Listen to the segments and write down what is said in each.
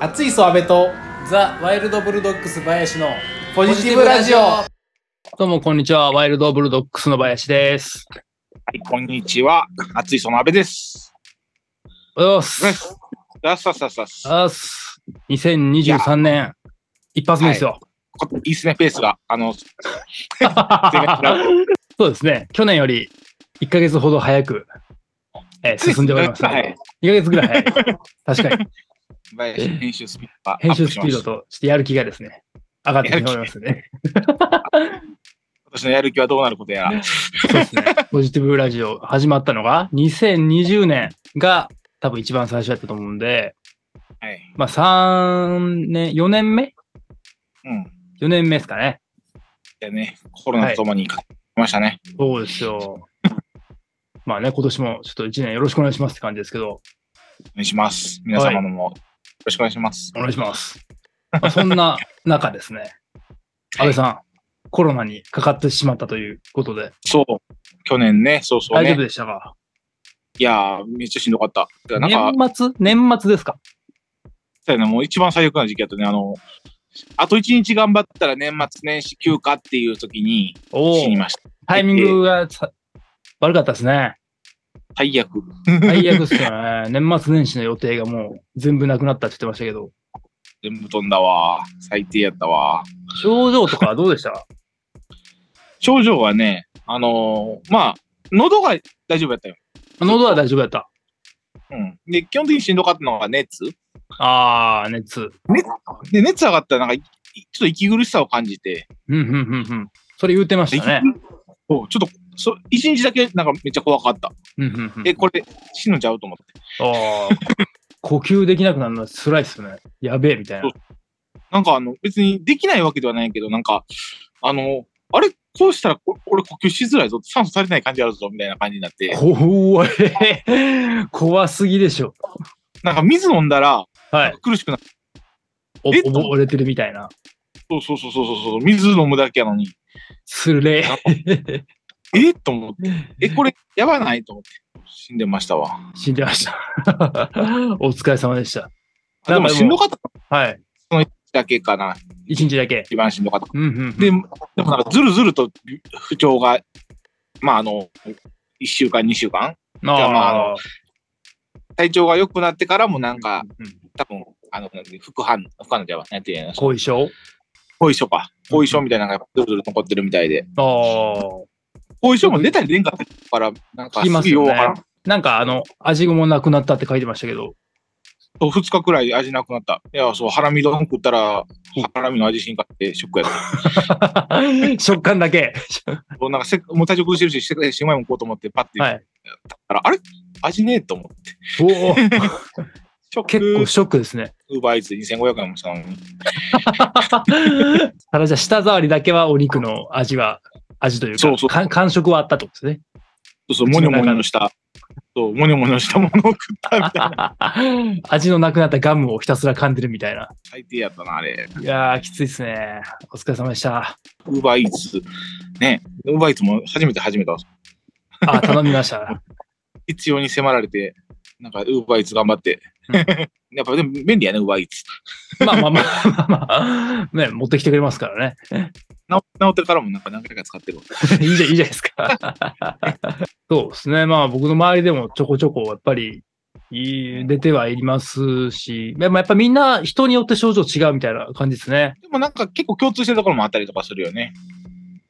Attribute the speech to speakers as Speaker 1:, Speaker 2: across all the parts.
Speaker 1: 熱いそ阿部と
Speaker 2: ザ・ワイルド・ブルドッグス林の
Speaker 1: ポジティブラジオ
Speaker 3: どうも、こんにちは。ワイルドブルドックスの林です。
Speaker 4: はい、こんにちは。熱いその阿部です。
Speaker 3: おはようございます。
Speaker 4: ささささ
Speaker 3: お
Speaker 4: さ。
Speaker 3: はようございます。2023年、一発目ですよ。
Speaker 4: こいいっすね、ペースが。あの、
Speaker 3: そうですね。去年より1ヶ月ほど早く、えー進んでおります、
Speaker 4: は
Speaker 3: ね。
Speaker 4: い。
Speaker 3: 2ヶ月ぐらい早 い。確かに、
Speaker 4: 林編集スピードがアッ
Speaker 3: 編
Speaker 4: プし
Speaker 3: 集
Speaker 4: ま
Speaker 3: ス
Speaker 4: した
Speaker 3: ピード。としてやる気がですね、上がってきておりますね。
Speaker 4: 今年のやる気はどうなることやら。
Speaker 3: そうですね。ポジティブラジオ始まったのが、2020年が多分一番最初だったと思うんで、
Speaker 4: はい。
Speaker 3: まあ3年、4年目
Speaker 4: うん。
Speaker 3: ?4 年目ですかね。
Speaker 4: でね、コロナとともにかけましたね。
Speaker 3: そうですよ。まあね、今年もちょっと一年よろしくお願いしますって感じですけど、
Speaker 4: お願いします。皆様のも、よろしくお願いします。
Speaker 3: お願いします。まあ、そんな中ですね、安倍さん、コロナにかかってしまったということで、
Speaker 4: そう。去年ね、そうそう
Speaker 3: 大丈夫
Speaker 4: ね。
Speaker 3: でしたか、
Speaker 4: いやー、めっちゃしんどかった。てかなんか、
Speaker 3: 年末年末ですか
Speaker 4: そうやなもう一番最悪な時期やったね。あの、あと一日頑張ったら年末年始休暇っていう時に
Speaker 3: おお
Speaker 4: 死に、ました。
Speaker 3: タイミングがさ悪かったですね。
Speaker 4: 最悪。
Speaker 3: 最悪ですよ ね。年末年始の予定がもう全部なくなったって言ってましたけど、
Speaker 4: 全部飛んだわ。最低やったわ。
Speaker 3: 症状とかはどうでした
Speaker 4: 症状はね、あのーまあ、喉が大丈夫やったよ。
Speaker 3: 喉は大丈夫やった。
Speaker 4: うん。で、基本的にしんどかったのが熱。
Speaker 3: あー、熱。
Speaker 4: で、熱上がったら、なんか、いちょっと息苦しさを感じて、
Speaker 3: うん、うん、うん、うん。それ言うてましたね。
Speaker 4: そうちょっと、そ一日だけ、なんかめっちゃ怖かった。
Speaker 3: うん、うん、うん。
Speaker 4: え、これ、死ぬんちゃうと思って。
Speaker 3: ああ、呼吸できなくなるのは辛いっすよね。やべえ、みたいな
Speaker 4: そ。なんか、あの、別にできないわけではないけど、なんか、あの、あれこうしたらこ、俺呼吸しづらいぞ。酸素足りない感じあるぞ、みたいな感じになって。
Speaker 3: 怖い。怖すぎでしょ。
Speaker 4: なんか、水飲んだら、
Speaker 3: は
Speaker 4: なん
Speaker 3: い
Speaker 4: か。苦しくなって、
Speaker 3: お
Speaker 4: えっと
Speaker 3: 溺れてるみたいな。
Speaker 4: そうそうそうそうそう、水飲むだけやのに、
Speaker 3: すれえ。
Speaker 4: えと思って。え、これ、やばないと思って。死んでましたわ。
Speaker 3: 死んでました。 お疲れ様でした。
Speaker 4: あで
Speaker 3: なんか
Speaker 4: も
Speaker 3: でも
Speaker 4: しんどかった
Speaker 3: はい。
Speaker 4: だけかな。
Speaker 3: 一日だけ。
Speaker 4: 一番しんどかった。
Speaker 3: うんうん。
Speaker 4: で、でもなんかずるずると不調が、まああの、1週間、2週間、
Speaker 3: ま
Speaker 4: じゃあまああの体調が良くなってからもなんか、、
Speaker 3: うんうん
Speaker 4: 多分、あの、副反、副反応じゃなんていうの、
Speaker 3: 後遺症
Speaker 4: 後遺症か。後遺症みたいなのがずるずる残ってるみたいで。
Speaker 3: ああ。
Speaker 4: 後遺症も出たり出んかったから、なんか
Speaker 3: 聞きますよ
Speaker 4: う
Speaker 3: ね。なんか、あの、味もなくなったって書いてましたけど。
Speaker 4: そう、2日くらい味なくなった。いや、そう、ハラミ丼食ったら、ハラミの味しんかってショックやった。
Speaker 3: 食感だけ。
Speaker 4: そうなんかせ、もう体調崩してるし、せシュウマイも食おうと思って、パッて
Speaker 3: は
Speaker 4: や
Speaker 3: い。
Speaker 4: ったら、あれ味ねえと思って。
Speaker 3: おお、
Speaker 4: ショック
Speaker 3: 結構ショックですね。
Speaker 4: ウーバーイーツで2500円もしたのに。
Speaker 3: ただじゃあ舌触りだけはお肉の味は、味というか、
Speaker 4: そうそう
Speaker 3: か感触はあったって ことですね。
Speaker 4: そうそう、もにょもにょした、そう、もにょもにょしたものを食ったみたいな。
Speaker 3: 味のなくなったガムをひたすら噛んでるみたいな。
Speaker 4: 最低やったな、あれ。
Speaker 3: いやー、きついですね。お疲れ様でした。
Speaker 4: ウーバーイーツ、ね、ウーバーイーツも初めて初めてだ、
Speaker 3: あ、頼みま した。
Speaker 4: 必要に迫られて、なんか、ウーバーイーツ頑張って。 やっぱでも便利やね、ウーバーイーツ。
Speaker 3: まあまあまあまあまあ、ね、持ってきてくれますからね。
Speaker 4: 直直ってからもなんか何回か使ってるわ。
Speaker 3: いいじゃんいいじゃないです か。そうですね。まあ僕の周りでもちょこちょこやっぱりいい出てはいますし、でもやっぱみんな人によって症状違うみたいな感じですね。
Speaker 4: でもなんか結構共通してるところもあったりとかするよね。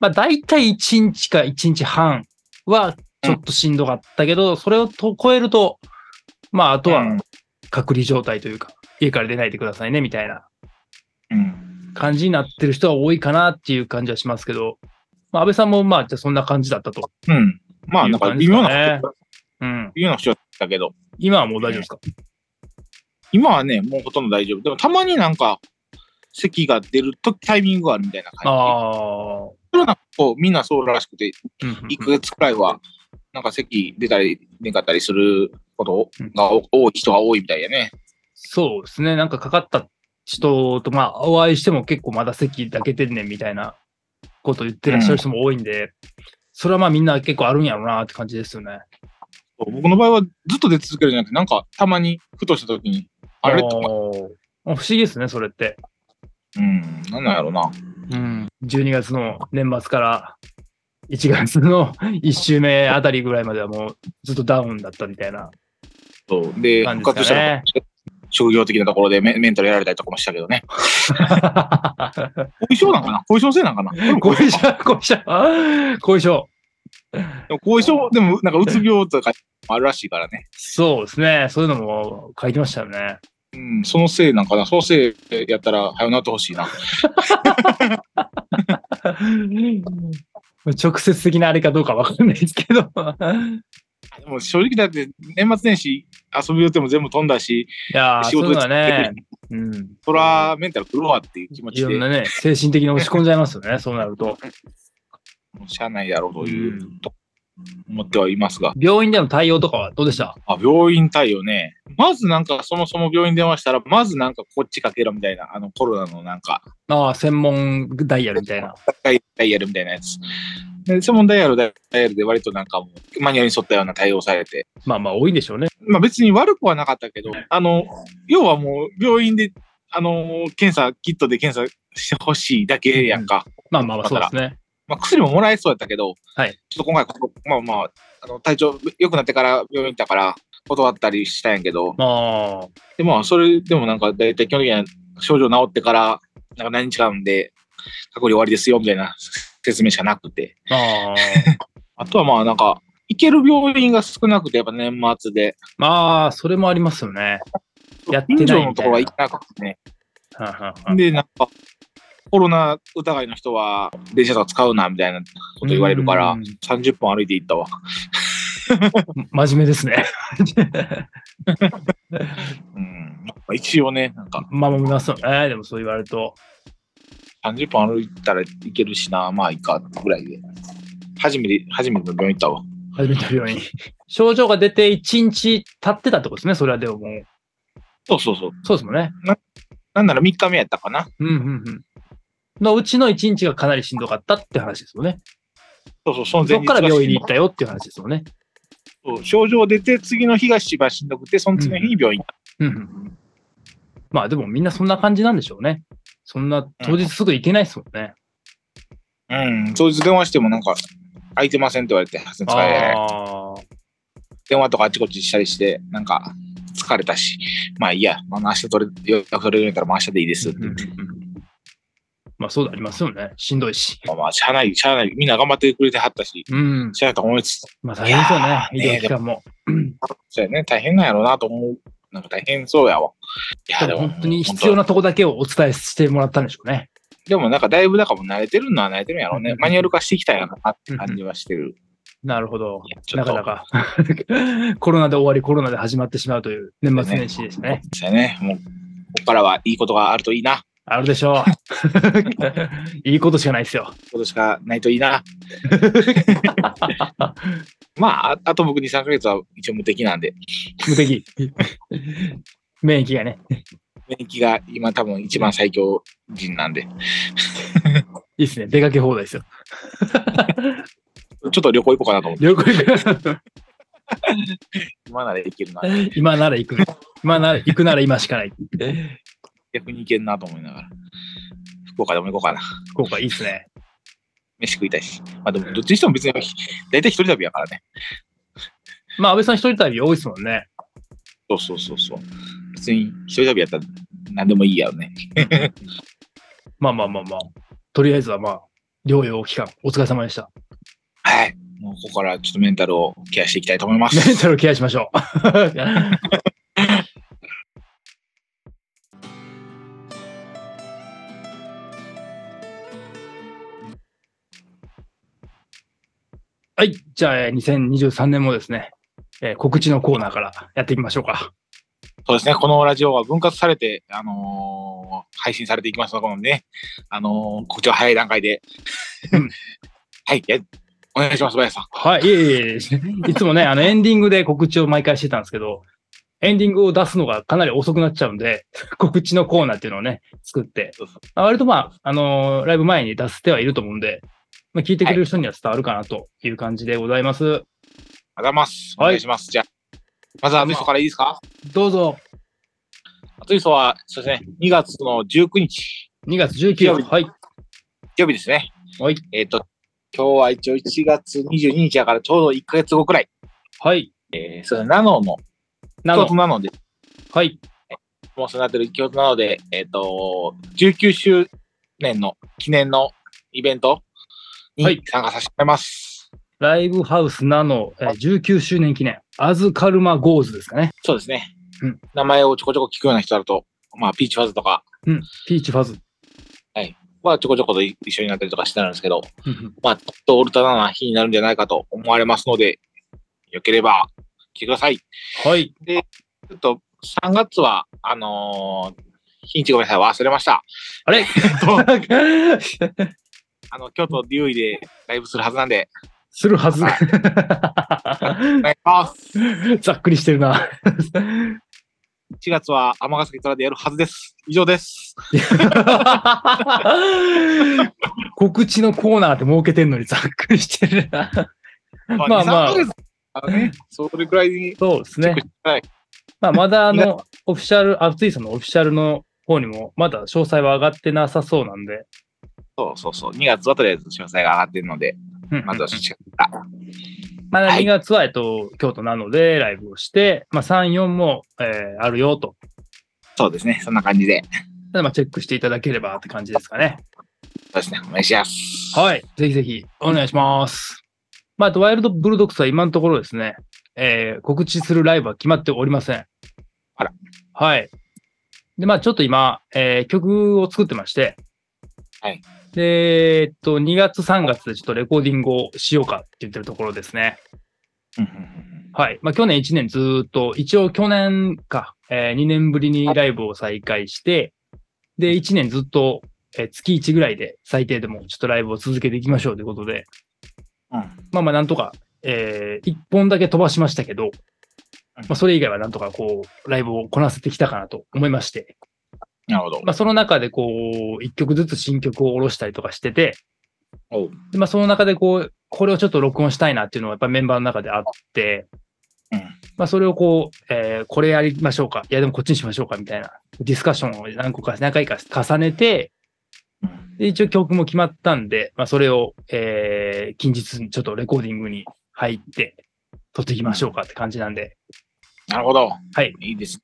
Speaker 3: まあ、大体1日か1日半はちょっとしんどかったけど、それをと超えると、まあ、あとは
Speaker 4: うん
Speaker 3: 隔離状態というか、家から出ないでくださいねみたいな
Speaker 4: うん。
Speaker 3: 感じになってる人が多いかなっていう感じはしますけど、まあ、安倍さんもまあ、じゃあそんな感じだったと。
Speaker 4: うん。まあなんか微妙
Speaker 3: い
Speaker 4: な
Speaker 3: う感じです、うん。
Speaker 4: 微妙な不調だったけど、
Speaker 3: 今はもう大丈夫ですか、
Speaker 4: 今はね、もうほとんど大丈夫。でもたまになんか、咳が出るとタイミングがあるみたいな感じ。
Speaker 3: ああ。
Speaker 4: それはなんかこう、みんなそうらしくて、
Speaker 3: うんうんうん
Speaker 4: 1ヶ月くらいは、なんか席出たり、出んかったりすることがお多い人が多いみたいやね。
Speaker 3: そうですね。なんかかかった人と、まあ、お会いしても結構まだ席だけてんねんみたいなこと言ってらっしゃる人も多いんで、それはまあみんな結構あるんやろうなって感じですよね。
Speaker 4: 僕の場合はずっと出続けるんじゃなくて、なんかたまにふとした時に、あれとか、
Speaker 3: おー不思議ですね、それって。
Speaker 4: うん、なんなんやろな。
Speaker 3: うん。12月の年末から1月の 1週目あたりぐらいまではもうずっとダウンだったみたい な
Speaker 4: そう。で、
Speaker 3: 感
Speaker 4: 復
Speaker 3: じです
Speaker 4: 活した
Speaker 3: からね。
Speaker 4: 職業的なところでメメンタルやられたりとかもしたけどね。後遺症なんかな後遺症のせいなんかなでも
Speaker 3: 後遺症、後遺症、 後遺症。
Speaker 4: でも後遺症、でもなんかうつ病とかあるらしいからね。
Speaker 3: そうですね。そういうのも書いてましたよね。
Speaker 4: うん、そのせいなんかな。そのせいやったら、早くなってほしいな。
Speaker 3: 直接的なあれかどうかわかんないですけど。 い
Speaker 4: でも正直だって、年末年始遊び予定も全部飛んだし、
Speaker 3: やー、
Speaker 4: 仕
Speaker 3: そうい
Speaker 4: 事
Speaker 3: う
Speaker 4: で
Speaker 3: のは
Speaker 4: 疲れ
Speaker 3: ね
Speaker 4: て、
Speaker 3: うん。
Speaker 4: そら、メンタル狂うわっていう気持
Speaker 3: い
Speaker 4: ち
Speaker 3: ろ
Speaker 4: で、
Speaker 3: ん
Speaker 4: も
Speaker 3: なね、精神的に落ち込んじゃいますよね、そうなると。
Speaker 4: うしゃあないやろうという、と思ってはいますが。
Speaker 3: 病院での対応とかはどうでした
Speaker 4: あ、病院対応ね。まずなんか、そもそも病院電話したら、まずなんかこっちかけろみたいな、あのコロナのなんか、
Speaker 3: ああ、専門ダイヤルみたいな。
Speaker 4: ダイヤルみたいなやつ。で、専門ダイヤル、ダイヤルで割となんかもう、マニュアルに沿ったような対応されて。
Speaker 3: まあまあ、多いんでしょうね。
Speaker 4: まあ別に悪くはなかったけど、あの、要はもう、病院で、あの、検査、キットで検査してほしいだけやんか。
Speaker 3: まあまあまあ、そうですね。
Speaker 4: まあ、薬ももらえそうやったけど、
Speaker 3: はい
Speaker 4: ちょっと今回こ、まあまあ、あの体調良くなってから病院行ったから断ったりしたんやけど、
Speaker 3: ああ、
Speaker 4: でもそれでもなんか大体基本的には症状治ってからなんか何日間で隔離終わりですよみたいな説明しかなくて、
Speaker 3: ああ。
Speaker 4: あとはまあなんか、行ける病院が少なくて、やっぱ年末で。
Speaker 3: まあ、それもありますよね。やってないみ
Speaker 4: 近
Speaker 3: たいな
Speaker 4: 所のところは行かなくてね。
Speaker 3: はんはんはん
Speaker 4: で、なんか、コロナ疑いの人は電車とか使うなみたいなこと言われるか
Speaker 3: う
Speaker 4: ら
Speaker 3: ん、
Speaker 4: 30分歩いて行ったわ。
Speaker 3: 真面目ですね。
Speaker 4: うん。まあ一応ね、なんか、
Speaker 3: 守りますよね。でもそう言われると。
Speaker 4: 30分歩いたらいけるしな、まあいいか、ぐらいで。初めて、初めての病院行ったわ。
Speaker 3: 初めてのように。症状が出て1日経ってたってことですね。それはでももう。
Speaker 4: そうそうそう。
Speaker 3: そうですもんね。
Speaker 4: なんなら3日目やったかな。
Speaker 3: うんうんうん。のうちの1日がかなりしんどかったって話ですよね。
Speaker 4: そうそう、その
Speaker 3: そ
Speaker 4: 前
Speaker 3: こ
Speaker 4: 日
Speaker 3: から病院に行ったたよっていう話ですよね。
Speaker 4: 症状出て、次の日がしばしんどくて、その次の日に病院行った。
Speaker 3: うんうん。まあでもみんなそんな感じなんでしょうね。そんな当日すぐ行けないですもんね。
Speaker 4: うん、当日電話してもなんか、空いてませんって言われて、発熱外来
Speaker 3: ああ。
Speaker 4: 電話とかあちこちしたりして、なんか、疲れたし、まあいいや、まあ、明日取れ、予約取れるんやったら、まあ明日でいいですって
Speaker 3: うんう
Speaker 4: 言
Speaker 3: ん
Speaker 4: って。
Speaker 3: うんまあそうだありますよね。しんどいし。
Speaker 4: まあまあ、しゃあない、しゃあない、みんな頑張ってくれてはったし、
Speaker 3: うん。
Speaker 4: しゃあないと思いつつ、
Speaker 3: まあ大変ですよね。
Speaker 4: い
Speaker 3: 医
Speaker 4: やーね
Speaker 3: 療機関も。
Speaker 4: そうやね、大変なんやろうなと思う。なんか大変そうやわ。いや、
Speaker 3: でも本当に必要なとこだけをお伝えしてもらったんでしょうね。
Speaker 4: でもなんかだいぶだからもう慣れてるのは慣れてるんやろう
Speaker 3: うんうん
Speaker 4: ね
Speaker 3: う。ん
Speaker 4: マニュアル化してきたんやろなって感じはしてる。
Speaker 3: なるほど
Speaker 4: い。やちょ
Speaker 3: な
Speaker 4: っと
Speaker 3: かなか。 コロナで終わり、コロナで始まってしまうという年末年始ですね。
Speaker 4: そうやね。もう、ここからはいいことがあるといいな。
Speaker 3: あるでしょ う。いいことしかないですよ
Speaker 4: い。いことしかないとい いな。 まあ、ああと僕2、3ヶ月は一応無敵なんで、
Speaker 3: 無 敵。免疫がね。
Speaker 4: 免疫が今多分一番最強人なんで、
Speaker 3: いいですね。出かけ放題ですよ。
Speaker 4: ちょっと旅行行こうかなと思って、
Speaker 3: 旅行行く。
Speaker 4: 今なら行けるな。
Speaker 3: 今なら行く。今なら行くなら今しかない。
Speaker 4: 逆に行けるなと思いながら。福岡でも行こうかな。
Speaker 3: 福岡いいですね。
Speaker 4: 飯食いたいし。まあでも、どっちにしても別に、大体一人旅やからね。
Speaker 3: まあ、安倍さん一人旅多いですもんね。
Speaker 4: そうそうそうそう。別に一人旅やったら何でもいいやろね。
Speaker 3: まあまあまあまあ。とりあえずはまあ、療養期間、お疲れ様でした。
Speaker 4: はい。もうここからちょっとメンタルをケアしていきたいと思いま
Speaker 3: メ ン
Speaker 4: す。
Speaker 3: タルをケアしましょう。はい。じゃあ、えー2023年もですね、えー告知のコーナーからやっていきましょうか。
Speaker 4: そうですね。このラジオは分割されて、あのー配信されていきますのでね、あのー告知は早い段階で
Speaker 3: うん。
Speaker 4: はい。やお願いします、林さん。
Speaker 3: はい。いえいえい えいつもね、あの、エンディングで告知を毎回してたんですけど、エンディングを出すのがかなり遅くなっちゃうんで、 告知のコーナーっていうのをね、作って
Speaker 4: そうそう、
Speaker 3: まあ割とまあ、あのーライブ前に出せてはいると思うんで、まあ、聞いてくれる人には伝わるかなという感じでございます。
Speaker 4: ありがとうございます。お
Speaker 3: はい
Speaker 4: 願いします。じゃあ、まずはあの人からいいですか
Speaker 3: どうぞ。
Speaker 4: 暑い人は、そうですね、2月の19日、
Speaker 3: 2月19日。はい。
Speaker 4: 月曜日ですね。
Speaker 3: はい。
Speaker 4: えっ、と、今日は一応1月22日だからちょうど1ヶ月後くらい。
Speaker 3: はい。
Speaker 4: えー、そうですね、ナノの、
Speaker 3: な
Speaker 4: 京
Speaker 3: の
Speaker 4: 都。ナノで、
Speaker 3: はい。
Speaker 4: もうそうなってる京都ナノで、えっ、と、19周年の記念のイベントに
Speaker 3: はい
Speaker 4: 参加させてもらいます。
Speaker 3: ライブハウスなの、えー19周年記念、アズカルマゴーズですかね。
Speaker 4: そうですね。
Speaker 3: うん
Speaker 4: 名前をちょこちょこ聞くような人だと、まあ、ピーチファズとか
Speaker 3: うん。ピーチファズ。
Speaker 4: はちょこちょこと一緒になったりとかしてたんですけど、
Speaker 3: うんうん
Speaker 4: まあ、ちょっとオルタナな日になるんじゃないかと思われますので、よければ来てください。ち
Speaker 3: はい。
Speaker 4: ょっと3月は、あのー日にちごめんなさい、忘れました。
Speaker 3: あれ
Speaker 4: あの、京都デューイでライブするはずなんで、
Speaker 3: するはず。
Speaker 4: お願いします。
Speaker 3: ざっくりしてる な。
Speaker 4: 1月は尼崎虎でやるはずです。以上です。
Speaker 3: 告知のコーナーって設けてんのにざっくりしてる な。
Speaker 4: ま
Speaker 3: まあまあ
Speaker 4: 2 3ヶ月だね、それくらいに、
Speaker 3: そうですね。
Speaker 4: はい
Speaker 3: まあ、まだあの、オフィシャル、アツイさんのオフィシャルの方にも、まだ詳細は上がってなさそうなんで。
Speaker 4: そうそうそう、2月はとりあえず詳細が上がってるので、
Speaker 3: うんうん
Speaker 4: まずは4月
Speaker 3: まあ、
Speaker 4: はい
Speaker 3: 2月は、えっと、京都なのでライブをして、まあ、3、4も、えーあるよと。
Speaker 4: そうですね、そんな感じで、
Speaker 3: なのでまあ、チェックしていただければって感じですかね。
Speaker 4: そうですね、お願いします。
Speaker 3: はい。ぜひぜひ、お願いします。まあ、あと、ワイルドブルドッグスは今のところですね、えー告知するライブは決まっておりません。
Speaker 4: あら。
Speaker 3: はい。で、まあ、ちょっと今、えー曲を作ってまして、
Speaker 4: はい。
Speaker 3: で、えっと、2月、3月でちょっとレコーディングをしようかって言ってるところですね。
Speaker 4: うんうんうん
Speaker 3: はい。まあ、去年1年ずーっと、一応去年か、え2年ぶりにライブを再開して、で、1年ずっと、えー月1ぐらいで最低でもちょっとライブを続けていきましょうということで、
Speaker 4: うんうん
Speaker 3: まあまあなんとか、え1本だけ飛ばしましたけど、まあ、それ以外はなんとかこう、ライブをこなせてきたかなと思いまして、
Speaker 4: なるほど。
Speaker 3: まあ、その中でこう、1曲ずつ新曲を下ろしたりとかしてて、
Speaker 4: おう
Speaker 3: でまあ、その中でこう、これをちょっと録音したいなっていうのはやっぱメンバーの中であって、
Speaker 4: うん
Speaker 3: まあ、それをこう、えーこれやりましょうか、いや、でもこっちにしましょうかみたいなディスカッションを何個か、何回か重ねて、
Speaker 4: うん
Speaker 3: で一応曲も決まったんで、まあ、それを、えー近日にちょっとレコーディングに入って、撮っていきましょうかって感じなんで、
Speaker 4: なるほど。
Speaker 3: はい。
Speaker 4: いいです。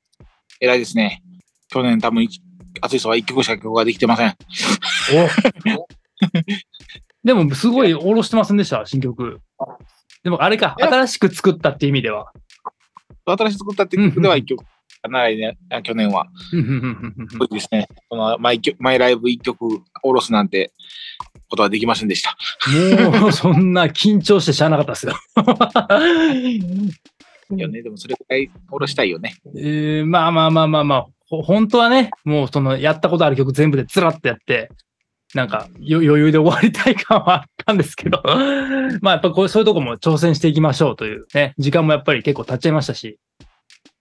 Speaker 4: 偉いですね。去年多分、い暑い人は1曲しか曲ができてません。
Speaker 3: でも、すごい下ろしてませんでした、新曲。でも、あれか、
Speaker 4: いや
Speaker 3: 新しく作ったって意味で は。
Speaker 4: 新しく作ったって曲では1曲かな、来年あ去年は。
Speaker 3: うんうんうんうん
Speaker 4: そうですね。この毎曲毎ライブ1曲おろすなんてことはできませんでした。
Speaker 3: うんもう、そんな緊張してしゃあなかったですよ。
Speaker 4: よね。でもそれくらいおろしたいよね。
Speaker 3: えーまあまあまあまあまあ、ほ本当はね、もうそのやったことある曲全部でずらっとやって、なんかよ余裕で終わりたい感はあったんですけど、 まあやっぱこうそういうとこも挑戦していきましょうというね、時間もやっぱり結構経っちゃいましたし、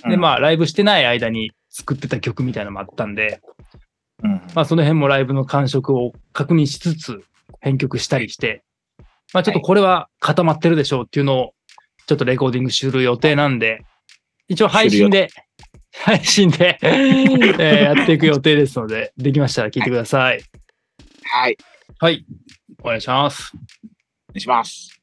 Speaker 3: で
Speaker 4: うん
Speaker 3: まあライブしてない間に作ってた曲みたいなのもあったんで、
Speaker 4: うん。
Speaker 3: まあその辺もライブの感触を確認しつつ編曲したりして、まあちょっとこれは固まってるでしょうっていうのをちょっとレコーディングする予定なんで、一応配信で、 配信 で、えーやっていく予定ですので、できましたら聞いてください。
Speaker 4: はい。
Speaker 3: はい。お願いします。
Speaker 4: お願いします。